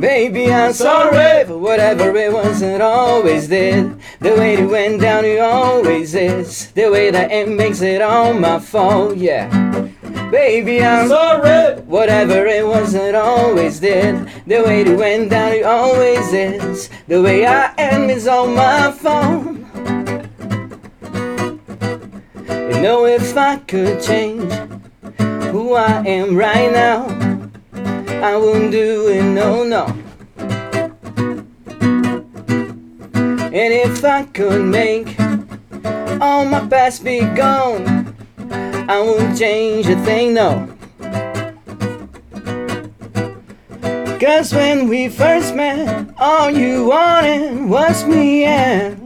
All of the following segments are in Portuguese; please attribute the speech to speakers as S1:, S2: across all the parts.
S1: Baby, I'm sorry for whatever it was and always did. The way it went down, it always is. The way that it makes it all my fault, yeah. Baby, I'm sorry. Whatever it was, it always did. The way it went down, it always is. The way I am is all my fault. You know, if I could change who I am right now, I wouldn't do it, no, no. And if I could make all my past be gone, I wouldn't change a thing, no. Cause when we first met, all you wanted was me, and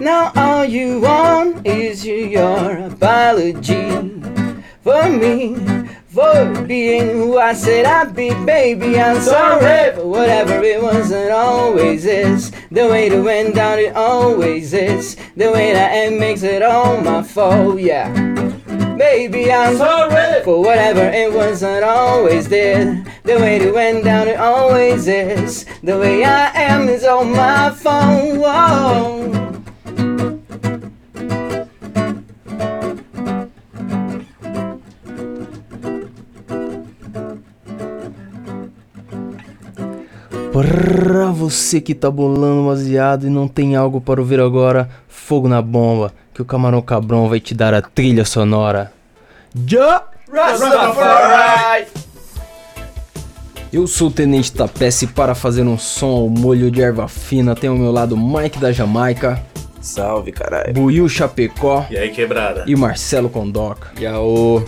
S1: Now all you want is your apology for me for being who I said I'd be, baby. I'm sorry for whatever it was and always is. The way it went down, it always is. The way that it makes it all my fault, yeah. Baby, I'm sorry for whatever it was and always did. The way it went down, it always is. The way I am is all my fault. Whoa.
S2: Pra você que tá bolando baseado e não tem algo para ouvir agora, fogo na bomba, que o camarão cabrão vai te dar a trilha sonora. Já! Eu sou o Tenente Tapece e para fazer um som ao molho de erva fina tem ao meu lado Mike da Jamaica,
S3: Salve, caralho.
S2: Buiu Chapecó
S4: E aí, quebrada?
S2: e Marcelo Condoca. Yaô!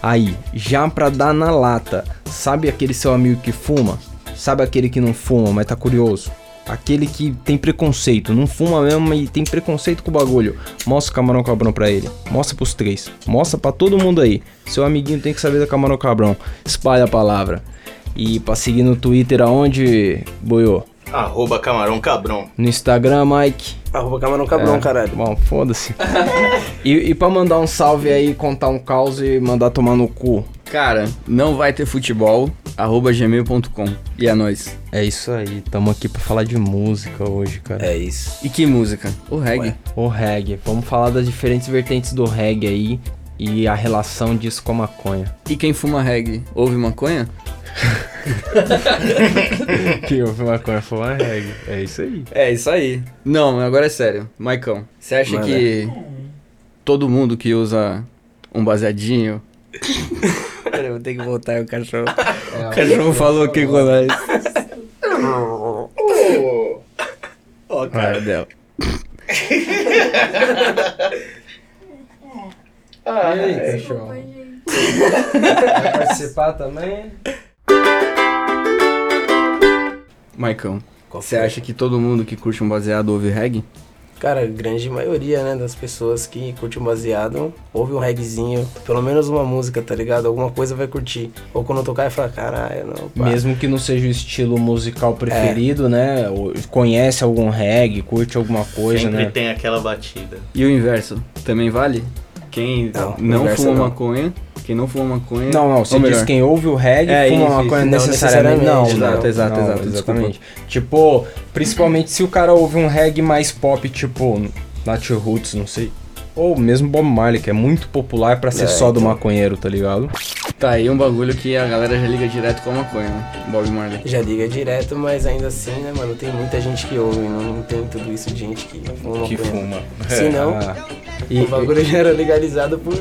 S2: Aí, já pra dar na lata, sabe aquele seu amigo que fuma? Sabe aquele que não fuma, mas tá curioso? Aquele que tem preconceito, não fuma mesmo e tem preconceito com o bagulho. Mostra o camarão cabrão pra ele. Mostra pros três. Mostra pra todo mundo aí. Seu amiguinho tem que saber da camarão cabrão. Espalha a palavra. E pra seguir no Twitter aonde, boiô?
S4: Arroba camarão cabrão.
S2: No Instagram, Mike.
S3: Arroba camarão cabrão,
S2: É.
S3: caralho.
S2: Bom, foda-se. e, e pra mandar um salve aí, contar um caos e mandar tomar no cu.
S5: Cara, não vai ter futebol, arroba gmail.com. E é nóis.
S2: É isso aí, tamo aqui pra falar de música hoje, cara.
S3: É isso.
S5: E que música? O reggae.
S2: O reggae, vamos falar das diferentes vertentes do reggae aí e a relação disso com a maconha.
S5: E quem fuma reggae, ouve maconha?
S2: Quem ouve maconha fuma reggae, é isso aí.
S5: É, isso aí. Não, agora é sério. Maicão, você acha
S3: Manda.
S5: que todo mundo que usa um baseadinho... Pera, eu vou ter que voltar aí o cachorro. o cachorro falou aqui com nós. Ó, cara dela.
S2: E
S3: É.
S2: aí,
S6: Desculpa, gente.
S2: Vai participar também?
S5: Maicão, você acha que todo mundo que curte um baseado ouve reggae?
S3: Cara, grande maioria, né, das pessoas que curte um baseado, ouve um reggaezinho, pelo menos uma música, tá ligado? Alguma coisa vai curtir. Ou quando tocar, vai falar, caralho, não, pá.
S2: Mesmo que não seja o estilo musical preferido, né? Ou Conhece algum reggae, curte alguma coisa,
S4: Sempre
S2: né?
S4: tem aquela batida.
S5: E o inverso, também vale? Quem
S3: Não,
S5: não,
S3: o inverso
S5: fuma
S3: não.
S5: maconha, quem não fuma
S4: um-
S5: maconha...
S2: Não, não, você
S5: ou
S2: diz
S5: melhor,
S2: quem ouve o reggae
S5: É,
S2: fuma
S5: isso,
S2: uma maconha
S5: isso.
S3: Não
S2: necessariamente. Não,
S3: necessariamente,
S2: não,
S3: exato,
S5: exato,
S2: não,
S5: exato,
S2: Exatamente. Tipo, principalmente se o cara ouve um reggae mais pop, tipo Nat Roots, não sei. Ou mesmo Bob Marley, que é muito popular pra ser
S3: É,
S2: só do
S3: então.
S2: maconheiro, tá ligado?
S5: Tá aí um bagulho que a galera já liga direto com a maconha, né? Bob Marley.
S3: Já liga direto, mas ainda assim, né, mano, tem muita gente que ouve, não tem tudo isso de gente que fuma maconha. Se não,
S2: Ah,
S3: o bagulho já era legalizado por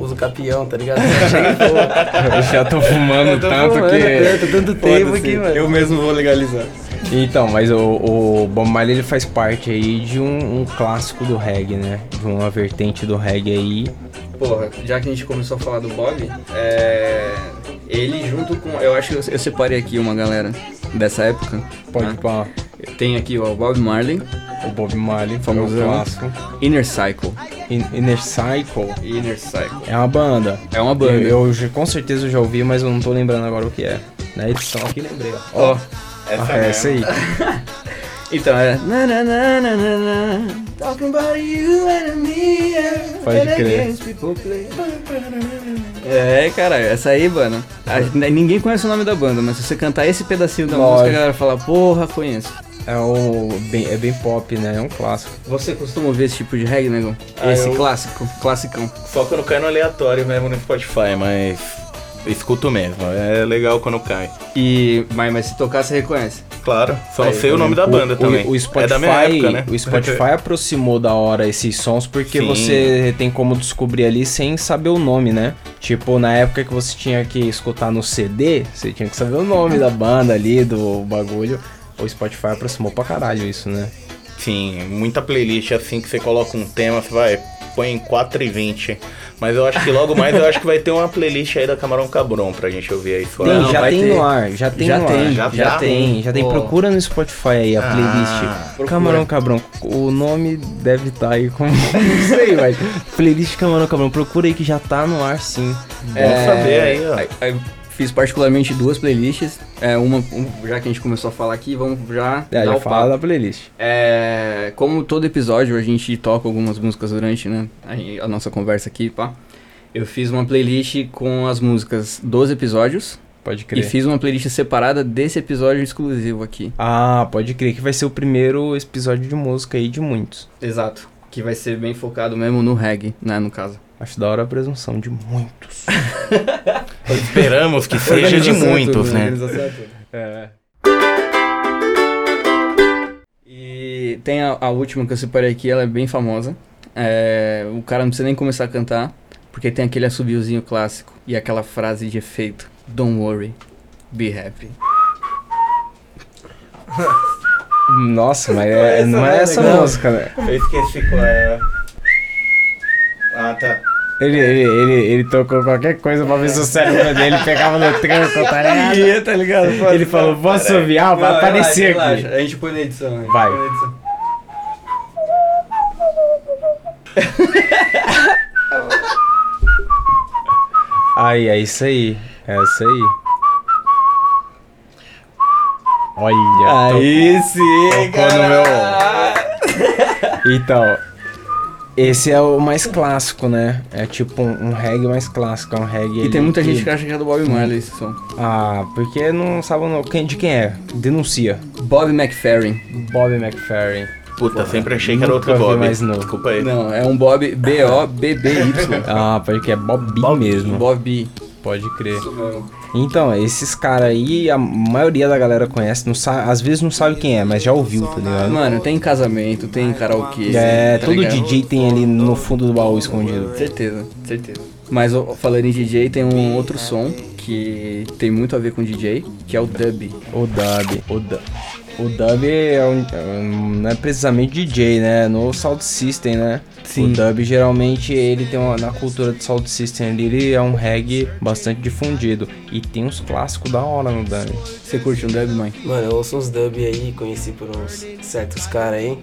S3: uso capião, tá ligado? Chega e fuma.
S2: Ah, eu já tô fumando tanto
S3: fumando
S2: que.
S3: tanto, tanto tempo
S5: Foda-se,
S3: que, mano.
S5: Eu mesmo vou legalizar.
S2: Então, mas o, o Bob Marley ele faz parte aí de um, um clássico do reggae, né? De uma vertente do reggae aí.
S5: Porra, já que a gente começou a falar do Bob, é... Ele junto com... Eu acho que eu, eu separei aqui uma galera dessa época.
S2: Pode
S5: né?
S2: pá,
S5: Tem aqui, ó, Bob Marley,
S2: o Bob Marley, famoso
S5: Famosão.
S2: clássico.
S5: Inner Cycle.
S2: In- Inner Cycle
S5: Inner Cycle.
S2: é uma banda.
S5: É uma banda.
S2: Eu, eu já- com certeza eu já ouvi, mas eu não Né? tô lembrando agora o que é. Na edição aqui lembrei. ó.
S5: Ó,
S2: Ah, é essa aí.
S5: Então, é. Na, na, na, na, na, na.
S1: Talking about you and me and
S5: Pode
S1: and
S5: crer.
S1: against people play.
S5: É, cara, essa aí, mano. a- n- ninguém conhece o nome da banda, mas se você cantar esse pedacinho da
S2: Lógico.
S5: música, a galera fala, porra, conheço.
S2: É, um, bem, é bem pop, né? É um clássico.
S5: Você costuma ver esse tipo de reggae, negão?
S4: Ah,
S5: esse
S4: eu-
S5: clássico, classicão.
S4: Só quando cai no aleatório mesmo no Spotify, mas escuto mesmo. É legal quando cai.
S5: E. Mas, mas se tocar, você reconhece.
S4: Claro, só não
S5: Aí,
S4: sei o nome da banda também.
S2: O, Spotify,
S4: é da minha época, né?
S2: o Spotify aproximou da hora esses sons porque
S4: Sim.
S2: você tem como descobrir ali sem saber o nome, né? Tipo, na época que você tinha que escutar no CD, você tinha que saber o nome da banda ali, do bagulho. O Spotify aproximou pra caralho isso, né?
S4: Sim, muita playlist assim que você coloca um tema, você vai, põe em 4 e 20. Mas eu acho que logo mais eu acho que vai ter uma playlist aí da Camarão Cabron pra gente ouvir aí
S2: Tem,
S4: suave.
S5: Não,
S2: já
S5: vai
S2: tem
S5: ter.
S2: no ar, já tem
S5: Já
S2: no
S5: tem,
S2: ar.
S4: já tá?
S2: tem, já tem.
S5: Pô.
S2: Procura no Spotify aí a
S4: Ah,
S2: playlist.
S5: procura.
S2: Camarão Cabrão. O nome deve estar aí como. Não sei, mas. Playlist Camarão Cabrão. Procura aí que já tá no ar sim.
S4: Bom
S5: É.
S2: É.
S4: saber aí, ó.
S5: Aí eu fiz particularmente duas playlists. É, uma, um- já que a gente começou a falar aqui, vamos já.
S2: É,
S5: dar
S2: já
S5: o
S2: fala
S5: papo.
S2: da playlist.
S5: É, como todo episódio a gente toca algumas músicas durante né, a, a nossa conversa aqui, pá. Eu fiz uma playlist com as músicas dos episódios
S2: Pode
S5: e
S2: crer.
S5: fiz uma playlist separada desse episódio exclusivo aqui.
S2: Ah, pode crer que vai ser o primeiro episódio de música aí de muitos.
S5: Exato. Que vai ser bem focado mesmo no reggae, né, no caso.
S2: Acho da hora a presunção de muitos.
S4: Esperamos que seja de muitos, né?
S5: É. E tem a, a última que eu separei aqui, ela é bem famosa. É, o cara não precisa nem começar a cantar, porque tem aquele assobiozinho clássico e aquela frase de efeito: Don't worry, be happy.
S2: Nossa, mas é- não é essa música, né?
S4: Eu esqueci qual é. Ah, tá.
S2: Ele, ele, ele, ele tocou qualquer coisa pra ver se o cérebro dele pegava no tranco, tá ligado?
S5: tá ligado?
S2: Ele falou, vou assoviar, vai aparecer aqui.
S5: A gente põe na edição. a gente
S2: Vai.
S5: põe na edição.
S2: Aí, é isso aí. É isso aí. Olha, tô-
S5: Aí sim,
S2: tocou no
S5: cara.
S2: Então, esse é o mais clássico, né? É tipo um, um reggae mais clássico, é um reggae.
S5: E
S2: ali
S5: tem muita gente que acha que é do Bob Marley esse som.
S2: Ah, porque não sabe o nome- quem- de quem é. Denuncia.
S5: Bob McFerrin.
S2: Bob McFerrin.
S4: Puta, sempre achei que era
S2: nunca
S4: outro
S2: vi
S4: Bob.
S2: mais novo.
S4: Desculpa aí.
S5: Não, é um Bob B-O-B-B-Y.
S2: Ah, pode que é Bob mesmo.
S5: Bob.
S2: Pode crer. Então, esses caras aí, a maioria da galera conhece, não sa- às vezes não sabe quem é, mas já ouviu, tá ligado?
S5: Mano, tem casamento, tem karaokê.
S2: É,
S5: tá
S2: todo
S5: ligado?
S2: DJ tem ali no fundo do baú escondido.
S5: Certeza, certeza. Mas ó, falando em DJ, tem um outro som que tem muito a ver com DJ, que é o dub.
S2: O Dub, o Dub. O Dub é um, é um- não é precisamente DJ, né? No Sound System, né?
S5: Sim.
S2: O Dub geralmente ele tem uma. Na cultura do Sound System ali, ele é um reggae bastante difundido. E tem uns clássicos da hora no Dub.
S5: Você curte um dub, mãe?
S3: Mano, eu ouço uns dub aí, conheci por uns certos caras aí,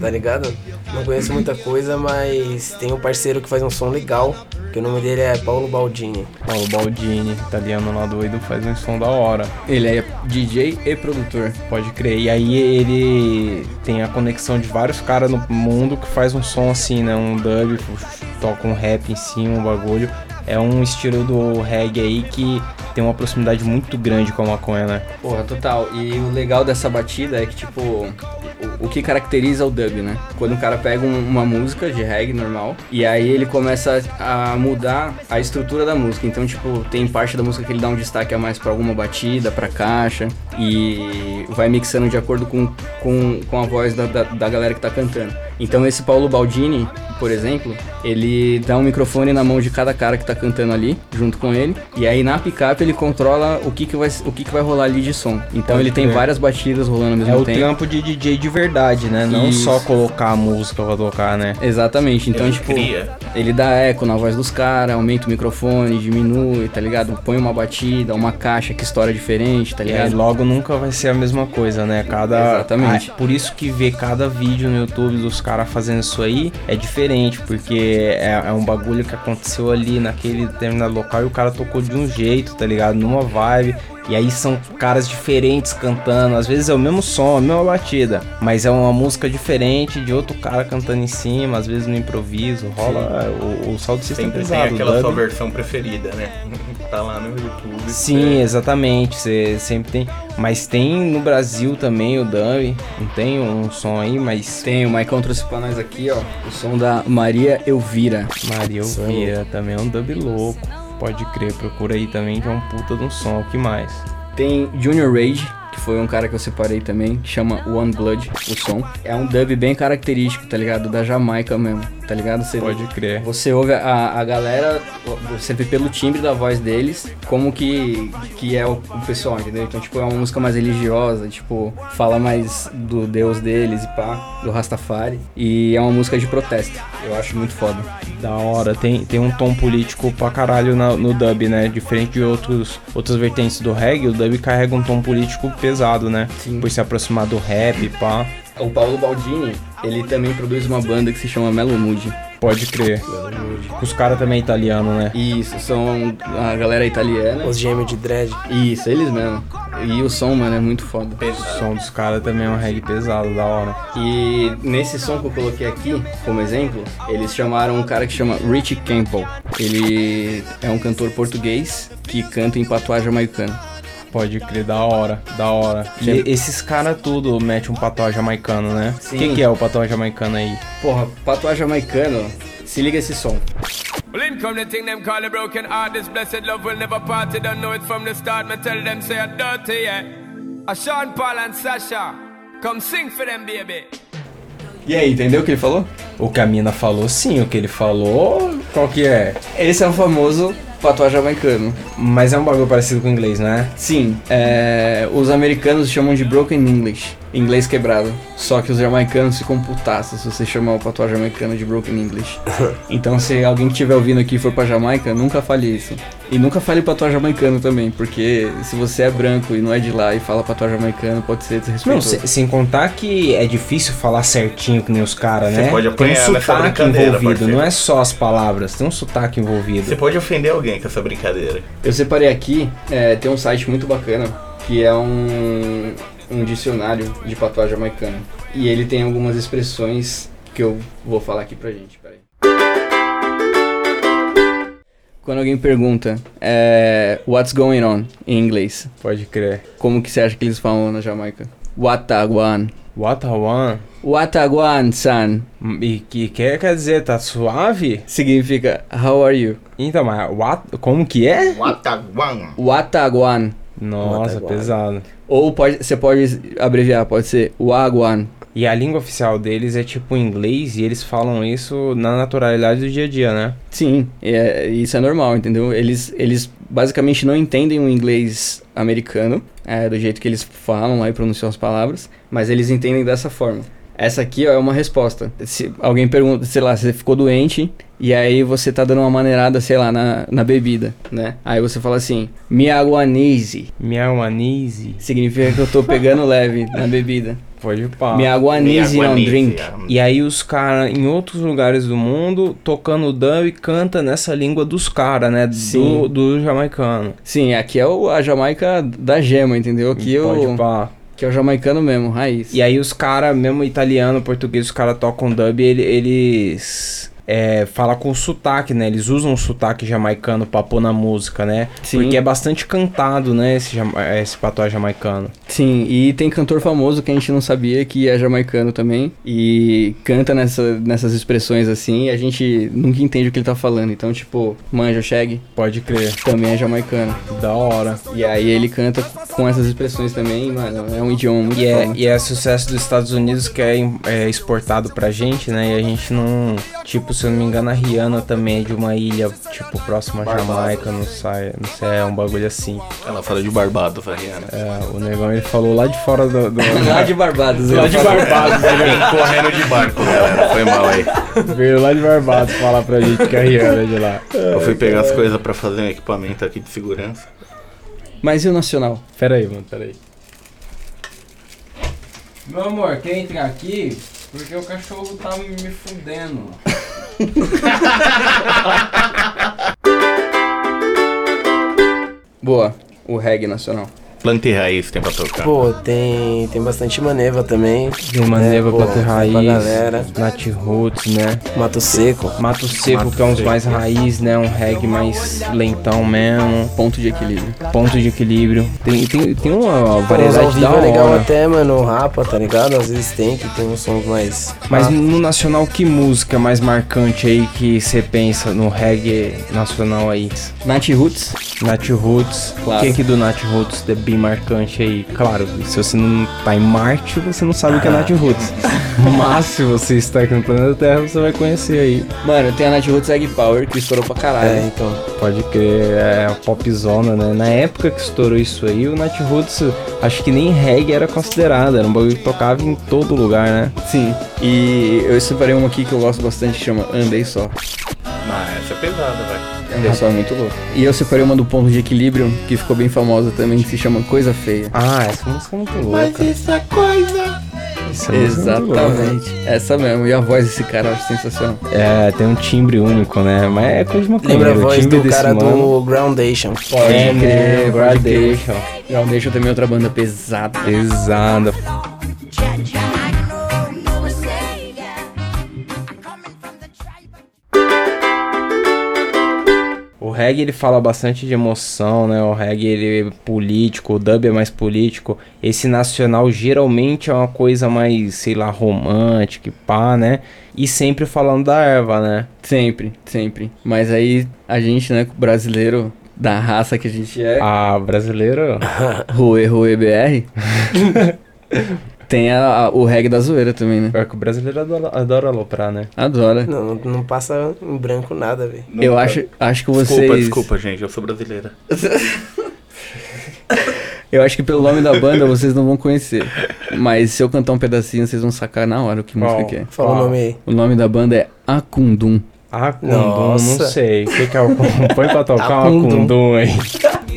S3: tá ligado? Não conheço muita coisa, mas tem um parceiro que faz um som legal, que o nome dele é Paulo Baldini.
S2: Ó, o Baldini, italiano lá doido, faz um som da hora.
S5: Ele é DJ e produtor.
S2: Pode crer. E aí ele tem a conexão de vários caras no mundo que faz um som assim, né? Um dub, toca um rap em cima, um bagulho. É um estilo do reggae aí que tem uma proximidade muito grande com a maconha, né?
S5: Porra, total. E o legal dessa batida é que, tipo, o, o que caracteriza o dub, né? Quando o cara pega um- uma música de reggae normal e aí ele começa a mudar a estrutura da música. Então, tipo, tem parte da música que ele dá um destaque a mais pra alguma batida, pra caixa e vai mixando de acordo com, com, com a voz da, da, da galera que tá cantando. Então, esse Paulo Baldini, por exemplo, ele dá um microfone na mão de cada cara que tá cantando ali, junto com ele. E aí na picape ele controla o que, que, vai, o que, que vai rolar ali de som. Então
S2: Pode
S5: ele tem
S2: crer.
S5: várias batidas rolando ao
S2: É
S5: mesmo
S2: o
S5: tempo.
S2: trampo de DJ de verdade, né? Não
S5: Isso.
S2: só colocar a música pra tocar, né?
S5: Exatamente, então
S4: Ele
S5: tipo,
S4: cria.
S5: ele dá eco na voz dos caras, aumenta o microfone, diminui, tá ligado? Põe uma batida, uma caixa que estoura diferente,
S4: É.
S5: tá
S2: E aí
S5: ligado?
S2: logo nunca vai ser a mesma coisa, né? Cada.
S5: Exatamente.
S2: Ah, por isso que ver cada vídeo no YouTube dos caras fazendo isso aí é diferente, porque é, é um bagulho que aconteceu ali naquele determinado local e o cara tocou de um jeito, tá ligado? Numa vibe. E aí são caras diferentes cantando, às vezes é o mesmo som, a mesma batida, mas é uma música diferente de outro cara cantando em cima, às vezes no improviso, rola o, o saldo sistema é
S4: Sempre tem
S2: pesado.
S4: aquela
S2: dub.
S4: sua versão preferida, né? tá lá no YouTube.
S2: Sim, exatamente. Você sempre tem. Mas tem no Brasil também o Dummy. Não tem um som aí, mas.
S5: Tem, o Maicon trouxe pra nós aqui, ó, o som da Maria Elvira.
S2: Maria Vieira também é um dub louco. Pode crer, procura aí também que é um puta de um som. O que mais?
S5: Tem Junior Rage, que foi um cara que eu separei também, que chama One Blood, o som. É um dub bem característico, tá ligado? Da Jamaica mesmo, tá ligado? Você,
S2: Pode crer.
S5: Você ouve a, a galera, você vê pelo timbre da voz deles, como que, que é o, o pessoal, entendeu? Então, tipo, é uma música mais religiosa, tipo, fala mais do deus deles e pá, do Rastafari. E é uma música de protesto. Eu acho muito foda.
S2: Da hora. Tem, tem um tom político pra caralho na- no dub, né? Diferente de outros, outras vertentes do reggae, o dub carrega um tom político pesado, né?
S5: Sim.
S2: Por se aproximar do rap, pá.
S5: O Paulo Baldini, ele também produz uma banda que se chama Mellow Mood.
S2: Pode crer. Os caras também é italiano, né?
S5: Isso, são a galera italiana.
S3: Os gêmeos de dread.
S5: Isso, eles mesmo. E o som, mano, é muito foda.
S2: O som dos caras também é um reggae pesado, da hora.
S5: E nesse som que eu coloquei aqui, como exemplo, eles chamaram um cara que chama Richie Campbell. Ele é um cantor português que canta em patuá jamaicano.
S2: Pode crer, da hora, da hora. E
S5: Sim.
S2: esses caras tudo mete um patoa jamaicano, né? O
S5: Sim.
S2: que, que é o patoa jamaicano aí?
S5: Porra, patuá jamaicano, se liga esse som.
S6: Well, in come the thing them call a broken heart. This blessed love will never part. You don't know it from the start. Me tell them say I'm dirty, yeah. A Sean Paul and Sasha, come sing for them, baby.
S5: E aí, entendeu o que ele falou?
S2: O que a mina falou, sim, o que ele falou, qual que é?
S5: Esse é o famoso patuá jamaicano.
S2: Mas é um bagulho parecido com o inglês, né?
S5: Sim, é, os americanos chamam de broken English, inglês quebrado. Só que os jamaicanos ficam putaços se você chamar o patuá jamaicano de broken English. Então se alguém que estiver ouvindo aqui e for pra Jamaica, nunca fale isso. E nunca fale patuá jamaicano também, porque se você é branco e não é de lá e fala patuá jamaicano, pode ser
S2: Não,
S5: desrespeitoso.
S2: se- Tipo, sem contar que é difícil falar certinho que nem os caras,
S4: Você
S2: né?
S4: pode apanhar
S2: Tem um
S4: nessa
S2: sotaque
S4: brincadeira,
S2: envolvido,
S4: parceiro.
S2: não é só as palavras, tem um sotaque envolvido.
S4: Você pode ofender alguém com essa brincadeira.
S5: Eu separei aqui, é, tem um site muito bacana, que é um, um dicionário de patuá jamaicano. E ele tem algumas expressões que eu vou falar aqui pra gente, peraí. Quando alguém pergunta, é, what's going on, em inglês,
S2: Pode crer.
S5: como que você acha que eles falam na Jamaica? What a guan?
S2: What a one?
S5: What a guan, son?
S2: E que quer, quer dizer, tá suave?
S5: Significa, how are you?
S2: Então, mas what, como que é?
S4: Wataguan.
S5: What a guan?
S2: Nossa,
S3: What a one.
S2: pesado.
S5: Ou pode, você pode abreviar, pode ser, wagwan.
S2: E a língua oficial deles é tipo inglês e eles falam isso na naturalidade do dia a dia, né?
S5: Sim, é- isso é normal, entendeu? Eles, eles basicamente não entendem o inglês americano, é, do jeito que eles falam lá e pronunciam as palavras, mas eles entendem dessa forma. Essa aqui ó, é uma resposta. Se alguém pergunta, sei lá, você ficou doente e aí você tá dando uma maneirada, sei lá, na, na bebida, né? Aí você fala assim, miaguanize.
S2: Miawanese.
S5: Significa que eu tô pegando leve na bebida.
S2: Pode pá.
S5: Miaguanize on drink.
S2: E aí os caras em outros lugares do mundo tocando dub e canta nessa língua dos caras, né? Do,
S5: Sim.
S2: do jamaicano.
S5: Sim, aqui é o, a Jamaica da gema, entendeu? Aqui é
S2: Pode
S5: o,
S2: pá.
S5: que é o jamaicano mesmo, raiz.
S2: E aí os caras, mesmo italiano, português, os caras tocam dub e ele- eles. É, fala com sotaque, né? Eles usam o sotaque jamaicano pra pôr na música, né?
S5: Sim.
S2: Porque é bastante cantado, né? Esse, jama- esse patois jamaicano.
S5: Sim, e tem cantor famoso que a gente não sabia que é jamaicano também e canta nessa, nessas expressões assim e a gente nunca entende o que ele tá falando. Então, tipo, Manja Shag
S2: Pode crer.
S5: também é jamaicano.
S2: Da hora.
S5: E aí ele canta com essas expressões também, e, mano, é um idioma muito
S2: E é,
S5: foda.
S2: e é sucesso dos Estados Unidos que é, im- é exportado pra gente, né? E a gente não. Tipo, se eu não me engano, a Rihanna também é de uma ilha, tipo, próxima à Jamaica, não sei, não sei, é um bagulho assim.
S4: Ela fala de Barbados, a Rihanna.
S2: É, o negão ele falou lá de fora do. do-
S5: Lá de Barbados,
S2: lá de Barbados, né? ele
S4: Vem correndo de barco, galera. Foi mal aí.
S2: veio lá de Barbados falar pra gente que a Rihanna é de lá.
S4: Eu fui pegar as coisas pra fazer um equipamento aqui de segurança.
S5: Mas e o nacional?
S2: Pera aí, mano, pera aí. Meu amor, quer entrar aqui?
S5: Porque o cachorro tá me fudendo. Boa, o reggae nacional.
S4: Planta e raiz tem pra tocar.
S3: Pô, tem, tem bastante maneva também.
S2: Tem uma
S3: né,
S2: neva
S3: pô,
S2: É, pra ter
S3: Pra
S2: raiz,
S3: galera.
S2: Nat Roots, né?
S3: Mato Seco.
S2: Mato Seco, que é uns mais raiz, né? Um reggae mais lentão mesmo.
S5: Ponto de equilíbrio.
S2: Ponto de equilíbrio. Tem, tem, tem uma
S3: Os ao
S2: variedade da
S3: vivo é legal
S2: hora.
S3: até, mano. o Rapa, tá ligado? Às vezes tem, que tem uns sons mais.
S2: Mas no nacional, que música mais marcante aí que você pensa no reggae nacional aí?
S5: Nat Roots,
S2: Nat Roots.
S5: Claro.
S2: O que, que do Nat Roots é bem marcante aí? Claro, se você não tá em Marte, você não sabe o que é Nat Roots. Mas se você está aqui no planeta Terra, você vai conhecer aí.
S5: mano, tem a Nat Roots Egg Power que estourou pra caralho.
S3: É, então.
S2: Pode crer, é a popzona, né? Na época que estourou isso aí, o Nat Roots, acho que nem reggae era considerado, era um bagulho que tocava em todo lugar, né?
S5: Sim, e eu separei uma aqui que eu gosto bastante que chama Andei Só.
S4: Ah, essa é pesada, vai.
S5: Andei Só é muito louco. E eu separei uma do Ponto de Equilíbrio que ficou bem famosa também que se chama Coisa Feia.
S2: Ah, essa música é muito louca.
S4: essa coisa.
S2: Essa
S5: Uhum.
S2: música é muito louca.
S5: Exatamente. Essa mesmo. E a voz desse cara eu acho sensacional.
S2: É, tem um timbre único, né? Mas é coisa de uma coisa.
S3: Lembra a
S2: o
S3: voz
S2: timbre
S3: do
S2: desse
S3: cara
S2: mano...
S3: do Groundation.
S5: Pode
S2: É, né? Gradation.
S5: Não, deixa também é outra banda pesada.
S2: Pesada. O reggae ele fala bastante de emoção, né? O reggae ele é político, o dub é mais político. Esse nacional geralmente é uma coisa mais, sei lá, romântica, e pá, né? E sempre falando da erva, né?
S5: Sempre, sempre. Mas aí a gente, né, brasileiro da raça que a gente é,
S2: Ah, brasileiro.
S5: Rue Rue BR, tem a- a- o reggae da zoeira também, né?
S2: Pior que o brasileiro adora, adora aloprar, né?
S5: Adora.
S3: Não, não, não passa em branco nada, velho.
S5: Eu acho, acho que vocês.
S4: Desculpa, desculpa, gente. Eu sou brasileira.
S5: Eu acho que pelo nome da banda vocês não vão conhecer. Mas se eu cantar um pedacinho, vocês vão sacar na hora o que
S2: Qual?
S5: música que é.
S3: Fala
S2: Ah.
S3: o nome aí.
S5: O nome da banda é Acundum.
S2: Acundum, não
S3: Nossa.
S2: sei. O que, que é o Põe pra tocar um
S3: Acundum.
S2: acundum aí.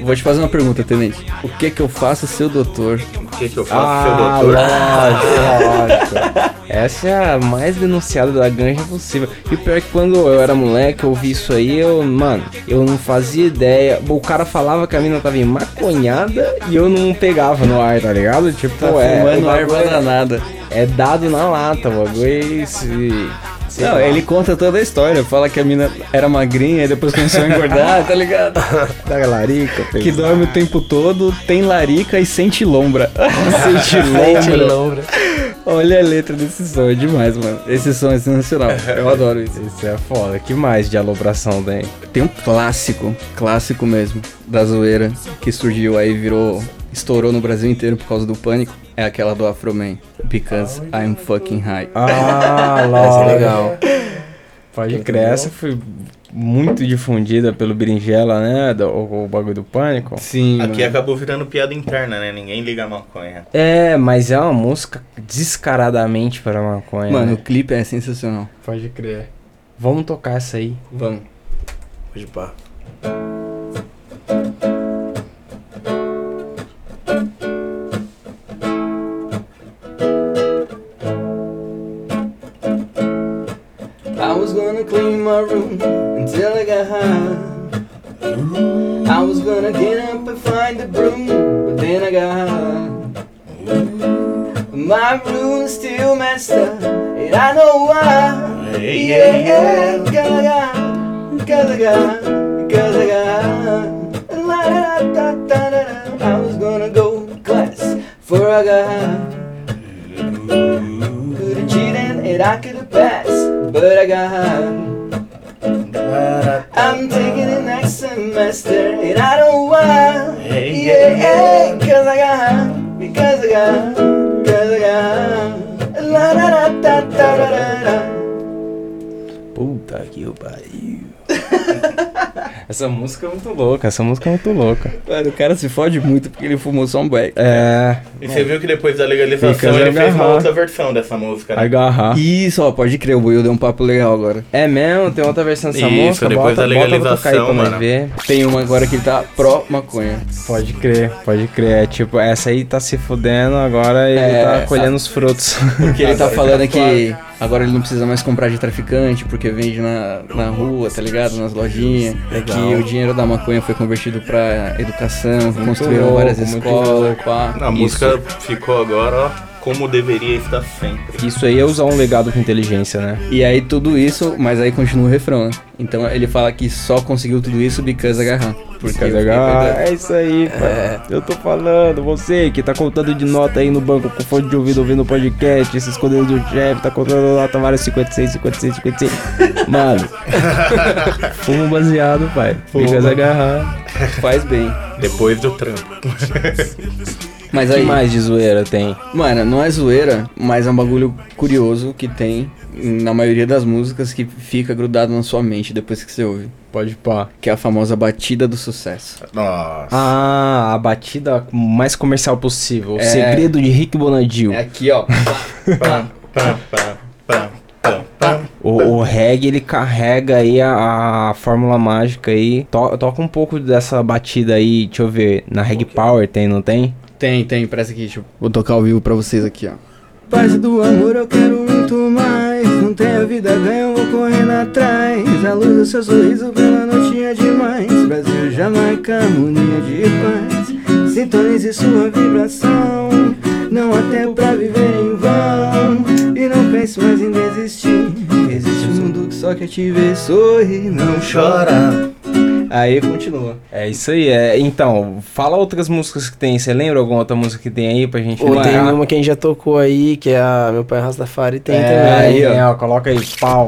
S5: Vou te fazer uma pergunta, Tenente. O que que eu faço, seu doutor?
S4: O que, que eu faço, seu doutor?
S2: lógico, lógico. Essa é a mais denunciada da ganja possível. E o pior é que quando eu era moleque, eu ouvi isso aí, eu, mano, eu não fazia ideia. O cara falava que a mina tava em maconhada e eu não pegava no ar, tá ligado? Tipo,
S5: Tá
S2: é.
S5: fumando
S2: o
S5: erva
S2: bagulho
S5: danada.
S2: é, é dado na lata, o bagulho é esse. sei
S5: Não,
S2: lá.
S5: ele conta toda a história. Fala que a mina era magrinha e depois começou a engordar, tá ligado?
S2: da larica,
S5: Que dorme o tempo todo, tem larica e sente lombra. sente
S3: Lombra.
S5: Olha a letra desse som, é demais, mano. Esse som é sensacional. Eu adoro isso.
S2: Isso é foda. Que mais de alopração tem?
S5: Tem um clássico, clássico mesmo, da zoeira, que surgiu aí, virou. Estourou no Brasil inteiro por causa do pânico. É aquela do Afro Man. Because I'm fucking high.
S2: Ah,
S3: Essa é
S2: lógico.
S3: legal. é
S2: Pode crer, essa foi muito difundida pelo Berinjela, né? do- o, o bagulho do pânico.
S5: Sim,
S4: Aqui
S5: mano.
S4: acabou virando piada interna, né? Ninguém liga a maconha.
S2: É, mas é uma música descaradamente para maconha.
S5: Mano, o
S2: né?
S5: clipe é sensacional.
S2: pode crer. Vamos tocar essa aí.
S5: Vamos.
S3: Pode pá.
S1: I was gonna clean my room until I got high. I was gonna get up and find a broom, but then I got high. My room's still messed up, and I know why. Yeah, yeah, because I got, because I got, because I got. La, da, da, da, da, da. I was gonna go to class, for I got high. Could've cheated and I could've passed, but I got high. I'm taking it next semester and I don't why. Yeah, yeah, cause I got high, because I got, cause I got. high. La da da da da da da.
S2: Puta que o pariu.
S5: Essa música é muito louca, essa música é muito louca. Mano, o cara se fode muito porque ele fumou só um beck.
S2: É.
S4: E você viu que depois da legalização
S2: Fica
S4: ele
S2: agarrado.
S4: fez uma outra versão dessa música, né?
S2: Agarrar.
S5: Isso, ó, pode crer, o Buiu deu um papo legal agora.
S2: É mesmo? Tem outra versão dessa
S4: Isso,
S2: música?
S4: depois
S2: bota,
S4: da
S2: bota pra tocar aí pra
S4: legalização,
S2: nós
S4: mano.
S2: ver.
S5: Tem uma agora que tá pró-maconha.
S2: Pode crer, pode crer. É tipo, essa aí tá se fudendo, agora ele
S5: É,
S2: tá
S5: essa-
S2: colhendo os frutos.
S5: Porque ele tá falando é que agora ele não precisa mais comprar de traficante, porque vende na, na rua, tá ligado? Nas lojinhas. É que o dinheiro da maconha foi convertido pra educação, construíram
S2: louco,
S5: várias
S2: muito
S5: escolas, pá.
S4: A música ficou agora, ó, como deveria estar sempre.
S2: Isso aí é usar um legado com inteligência, né?
S5: E aí tudo isso, mas aí continua o refrão, né? Então ele fala que só conseguiu tudo isso because agarrar. Porque
S2: Quer dizer, ah, é isso aí, pai. Eu tô falando, você que tá contando de nota aí no banco com fone de ouvido ouvindo podcast, se escondendo do chefe, tá contando nota várias 56, 56, 56. Mano, fumo baseado, pai. Ficas agarrar.
S5: faz bem.
S4: Depois do trampo.
S5: Mas
S2: O que
S5: aí,
S2: mais de zoeira tem?
S5: mano, não é zoeira, mas é um bagulho curioso que tem na maioria das músicas que fica grudado na sua mente depois que você ouve.
S2: Pode pá.
S5: Que é a famosa batida do sucesso.
S4: Nossa.
S2: Ah, a batida mais comercial possível. O
S5: É.
S2: segredo de Rick Bonadil.
S5: É aqui, ó.
S4: Pam, pam, pam, pam, pam, pam.
S2: O, o reggae, ele carrega aí a, a fórmula mágica aí. To- toca um pouco dessa batida aí, deixa eu ver. Na Reg Power tem, não tem?
S5: Tem, tem, presta aqui, tipo. Vou tocar ao vivo pra vocês aqui, ó. Paz do amor eu quero muito mais. Não tenho vida ganho, vou correndo atrás. A luz do seu sorriso pela noite é demais. Brasil Jamaica, harmonia de paz. Sintonize sua vibração. Não há tempo pra viver em vão. E não pense mais em desistir. Existe um mundo que só quer te ver sorrir. Não chora. Aí continua.
S2: É isso aí, é. Então, fala outras músicas que tem. Você lembra alguma outra música que tem aí pra gente
S3: Ou tem
S2: lembrar?
S3: uma que a gente já tocou aí, que é a Meu Pai Rastafari, tem
S2: é. É,
S3: também.
S2: aí, ó. Coloca aí, pau.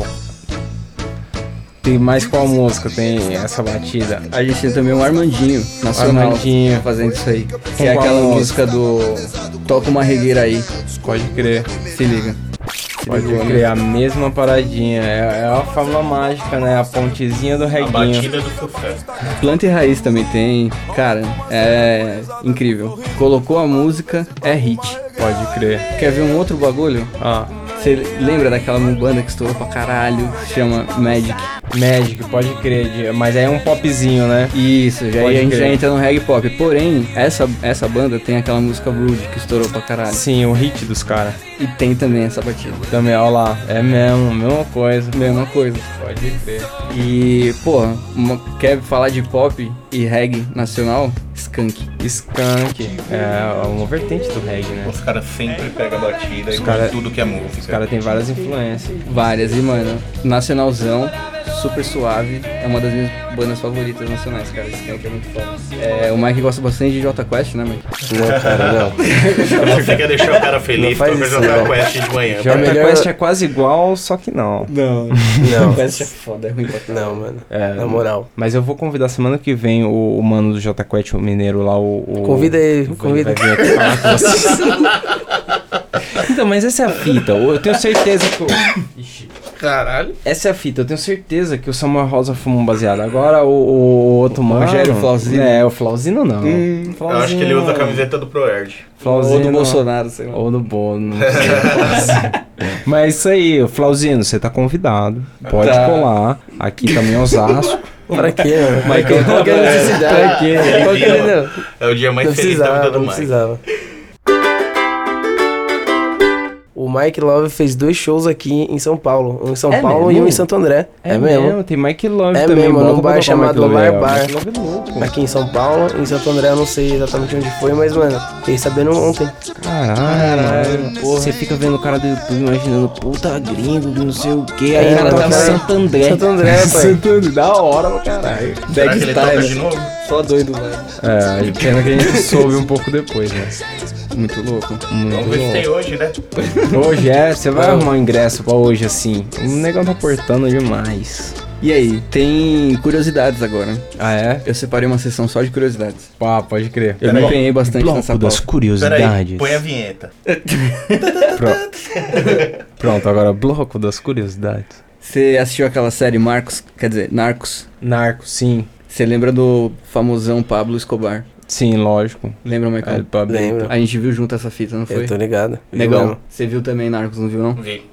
S2: Tem mais qual música tem essa batida?
S5: A gente tem também o Armandinho Nacional tá
S2: Armandinho.
S5: fazendo isso aí. Que é
S2: qual
S5: aquela
S2: música?
S5: música do Toca uma regueira aí.
S2: Pode crer.
S5: Se liga. Se
S2: Pode
S5: ligou, né?
S2: crer, a mesma paradinha. É, é a fórmula mágica, né? A pontezinha do
S4: A
S2: reguinho.
S4: batida do sucesso.
S5: Planta e Raiz também tem. Cara, é incrível. Colocou a música, é hit.
S2: Pode crer.
S5: Quer ver um outro bagulho?
S2: Ah,
S5: Você lembra daquela banda que estourou pra caralho? Chama Magic.
S2: Magic, pode crer. de- Mas aí é um popzinho, né?
S5: Isso, já,
S2: Pode
S5: aí a gente já
S2: crer.
S5: entra no reggae pop. Porém, essa, essa banda tem aquela música Rude que estourou pra caralho.
S2: Sim, o hit dos caras.
S5: E tem também essa batida.
S2: Também, ó lá. É mesmo, mesma coisa.
S5: Mesma coisa.
S2: Pode crer.
S5: E, porra, uma- quer falar de pop e reggae nacional? Skunk.
S2: Skunk. É uma vertente do reggae, né?
S4: Os caras sempre pegam a batida e
S2: cara-
S4: cara... tudo que é
S2: Os
S4: música.
S2: caras têm várias influências.
S5: Várias, e mano, nacionalzão, super suave, é uma das minhas bandas favoritas nacionais, cara. Skunk é muito foda. É, o Mike gosta bastante de Jota Quest, né, Mike?
S3: Não, cara, não.
S4: Se você quer deixar o cara feliz,
S3: Não faz
S4: toca
S3: isso,
S4: Jota
S3: não.
S4: Quest de manhã.
S2: Jota
S3: melhor-
S2: Quest é quase igual, só que não.
S5: Não. Quest é
S3: Não,
S5: foda, é ruim pra
S3: não, mano.
S2: É.
S3: Na moral.
S2: Mas eu vou convidar semana que vem o, o mano do Jota Quest, o mineiro lá, o. o-
S3: Convida ele,
S2: ele
S3: convida.
S2: vai vir aqui falar com vocês. então, mas essa é a fita. Eu tenho certeza que. o-
S4: Caralho.
S2: Essa é a fita, eu tenho certeza que o Samuel Rosa fumou um baseado. Agora o, o outro mano.
S5: Rogério Flauzino.
S2: É, o Flauzino não.
S4: Eu
S3: assim.
S4: acho que ele usa a camiseta do ProErd.
S2: Flauzino.
S5: Ou do Bolsonaro, sei lá.
S2: Ou do Bono. não sei. Mas é isso aí, o Flauzino, você tá convidado. Pode
S5: Tá.
S2: colar. Aqui também é Osasco.
S3: Pra quê, mano?
S2: Michael,
S3: Qual que é a
S2: pra
S3: necessidade?
S2: quê?
S3: Qual que é
S4: Ele
S3: não?
S4: É o dia mais
S3: não
S4: feliz da
S3: precisava,
S4: vida do
S3: não
S4: Mike.
S3: precisava. O Mike Love fez dois shows aqui em São Paulo. Um em São
S2: É
S3: Paulo e
S2: mesmo?
S3: um em Santo André. É, mesmo.
S2: Tem Mike Love
S3: É
S2: também.
S3: mesmo,
S2: bora
S3: num bar
S2: colocar o
S3: chamado
S2: Mike Love aí,
S3: Lar
S2: ó.
S3: Bar.
S2: Mike Love é louco.
S3: Aqui em São Paulo, em Santo André eu não sei exatamente onde foi, mas, mano, fiquei sabendo ontem.
S2: Caralho, porra. Você fica vendo o cara do YouTube imaginando, puta gringo, não sei o que. Aí
S3: É,
S2: ela
S3: toca
S2: tá em
S3: aí.
S2: Santo André.
S3: Santo André, pai.
S2: André, da hora pra caralho.
S4: Será que ele toca de novo?
S5: Só doido, velho.
S2: É, pena que a gente soube um pouco depois, né?
S5: Muito louco.
S4: Vamos ver se tem hoje, né?
S2: Hoje é, você vai arrumar um ingresso pra hoje assim. O negão tá portando demais.
S5: E aí, tem curiosidades agora.
S2: Ah, é?
S5: Eu separei uma sessão só de curiosidades.
S2: Pá, pode crer.
S5: Eu me empenhei bastante nessa
S2: Bloco das
S5: pauta.
S2: curiosidades.
S4: Peraí, põe a vinheta.
S2: Pro- Pronto, agora bloco das curiosidades.
S5: Você assistiu aquela série Marcos, quer dizer, Narcos?
S2: Narco, sim.
S5: Você lembra do famosão Pablo Escobar?
S2: Sim, lógico.
S5: Lembra, Michael?
S2: É, Pablo.
S3: Lembro.
S5: A gente viu junto essa fita, não foi?
S3: Eu tô ligado. Viu
S5: Negão,
S3: mesmo?
S5: você viu também Narcos, não viu não?
S4: Vi.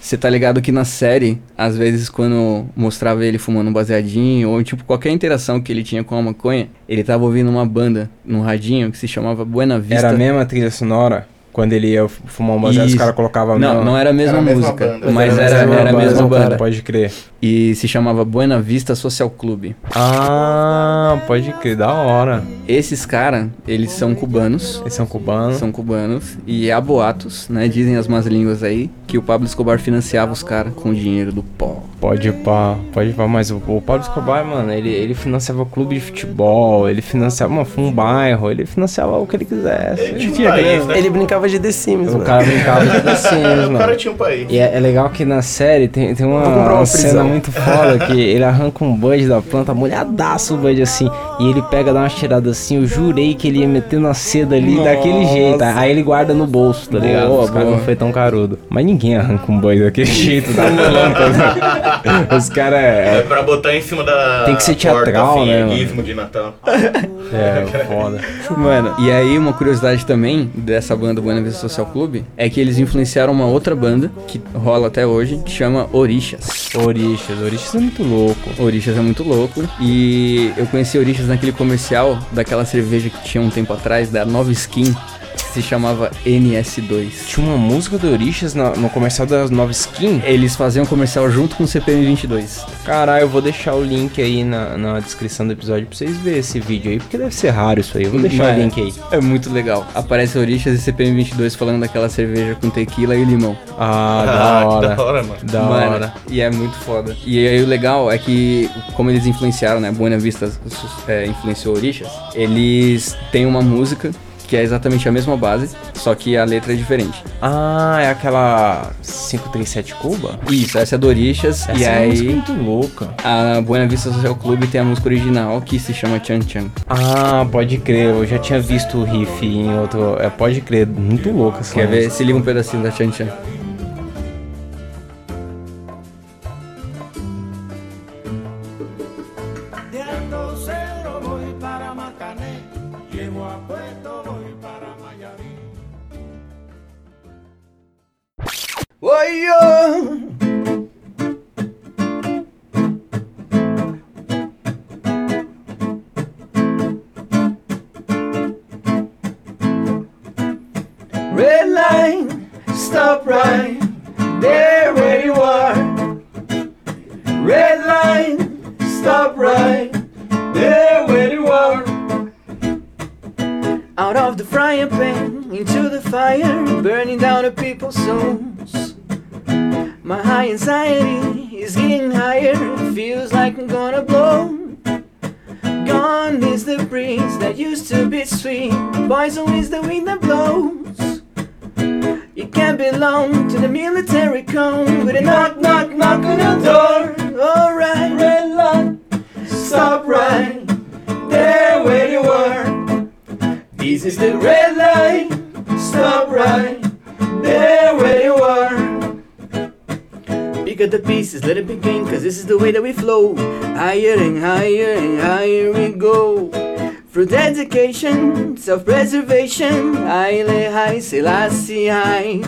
S5: Você tá ligado que na série, às vezes quando mostrava ele fumando um baseadinho, ou tipo qualquer interação que ele tinha com a maconha, ele tava ouvindo uma banda num radinho que se chamava Buena Vista.
S2: Era a mesma trilha sonora? Quando ele ia fumar um baseado, os
S5: Isso.
S2: caras colocavam... a
S5: Não,
S2: mesma-
S5: não era a mesma
S4: Era a mesma
S5: música,
S4: banda.
S5: mas era,
S3: mesma
S5: era a
S3: banda,
S5: mesma banda.
S3: cara.
S2: Pode crer.
S5: E se chamava Buena Vista Social Club.
S2: Ah, pode crer. Da hora.
S5: Esses caras, eles são cubanos,
S2: Eles são cubanos.
S5: são cubanos e há boatos, né? Dizem as más línguas aí que o Pablo Escobar financiava os caras com o dinheiro do pó.
S2: Pode ir pra, pode ir pra, mas o, o Pablo Escobar, mano, ele, ele financiava clube de futebol, ele financiava mano, um bairro, ele financiava o que ele quisesse. Ele tinha grana.
S4: né?
S3: Ele brincava de The
S2: É,
S3: Sims,
S2: tipo, O
S3: mano.
S2: cara brincava de assim,
S4: O cara
S2: mano.
S4: tinha um país.
S2: E é, é legal que na série tem, tem uma,
S3: comprar uma
S2: cena
S3: prisão.
S2: muito foda que ele arranca um bud da planta, molhadaço o bud assim, e ele pega, dá uma tirada assim, eu jurei que ele ia meter na seda ali daquele jeito. Aí ele guarda no bolso, tá ligado?
S5: Boa,
S2: Os caras
S5: boa.
S2: não foi tão carudo. Mas ninguém arranca um bud daquele jeito da planta. Os caras
S4: É pra botar em cima da.
S2: Tem que ser
S4: porta,
S2: teatral, né, mano?
S4: Guismo de Natal.
S2: É, foda.
S5: Mano, e aí uma curiosidade também dessa banda Buena Vista Social Club é que eles influenciaram uma outra banda que rola até hoje, que chama Orixas.
S2: Orixas, Orixas é muito louco.
S5: Orixas é muito louco e eu conheci Orixas naquele comercial daquela cerveja que tinha um tempo atrás da Nova Skin, que se chamava NS2.
S2: Tinha uma música do Orixas na- no comercial das Nova Skin.
S5: Eles faziam comercial junto com o CPM 22.
S2: Caralho, eu vou deixar o link aí na, na descrição do episódio pra vocês verem esse vídeo aí, porque deve ser raro isso aí. Eu vou deixar
S5: Mano,
S2: o link aí.
S5: É muito legal. Aparece Orixas e CPM 22 falando daquela cerveja com tequila e limão.
S2: Ah,
S4: Ah,
S2: da hora.
S4: que da hora, mano.
S2: Da
S5: Mano,
S2: hora.
S5: E é muito foda. E aí o legal é que, como eles influenciaram, né? Buena Vista su- é, influenciou Orixas. Eles têm uma música que é exatamente a mesma base, só que a letra é diferente.
S2: Ah, é aquela 537 Cuba?
S5: Isso, essa é do Orixas.
S2: Essa
S5: e
S2: é uma música
S5: aí
S2: muito louca.
S5: a Buena Vista Social Club tem a música original que se chama Chan Chan.
S2: Ah, pode crer, eu já tinha visto o riff em outro. É, pode crer, muito louca essa
S5: Quer ver?
S2: música.
S5: Se liga um pedacinho da Chan Chan.
S1: Oi, oh. Red line, stop right there where you are. Red line, stop right there where you are. Out of the frying pan into the fire, burning down the people's souls. My high anxiety is getting higher, feels like I'm gonna blow. Gone is the breeze that used to be sweet, poison is the wind that blows. You can't belong to the military cone with a knock, knock, knock on your door. Alright, red light, stop right there where you are. This is the red light, stop right there where you are. Pick up the pieces, let it begin, cause this is the way that we flow. Higher and higher and higher we go. Through dedication, self preservation, Haile High, Selassie High.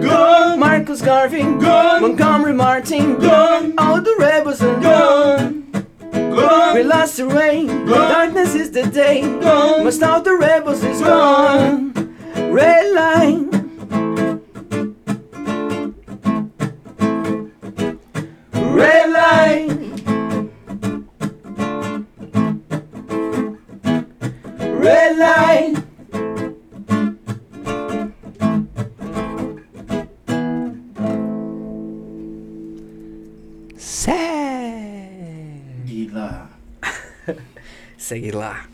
S1: Gone! Marcus Garvey, gone! Montgomery Martin, gone! All the rebels are gone! Gone! We lost the rain, darkness is the day, gone! Most of the rebels is gone! Red line, red line. Red line.
S5: Segue lá.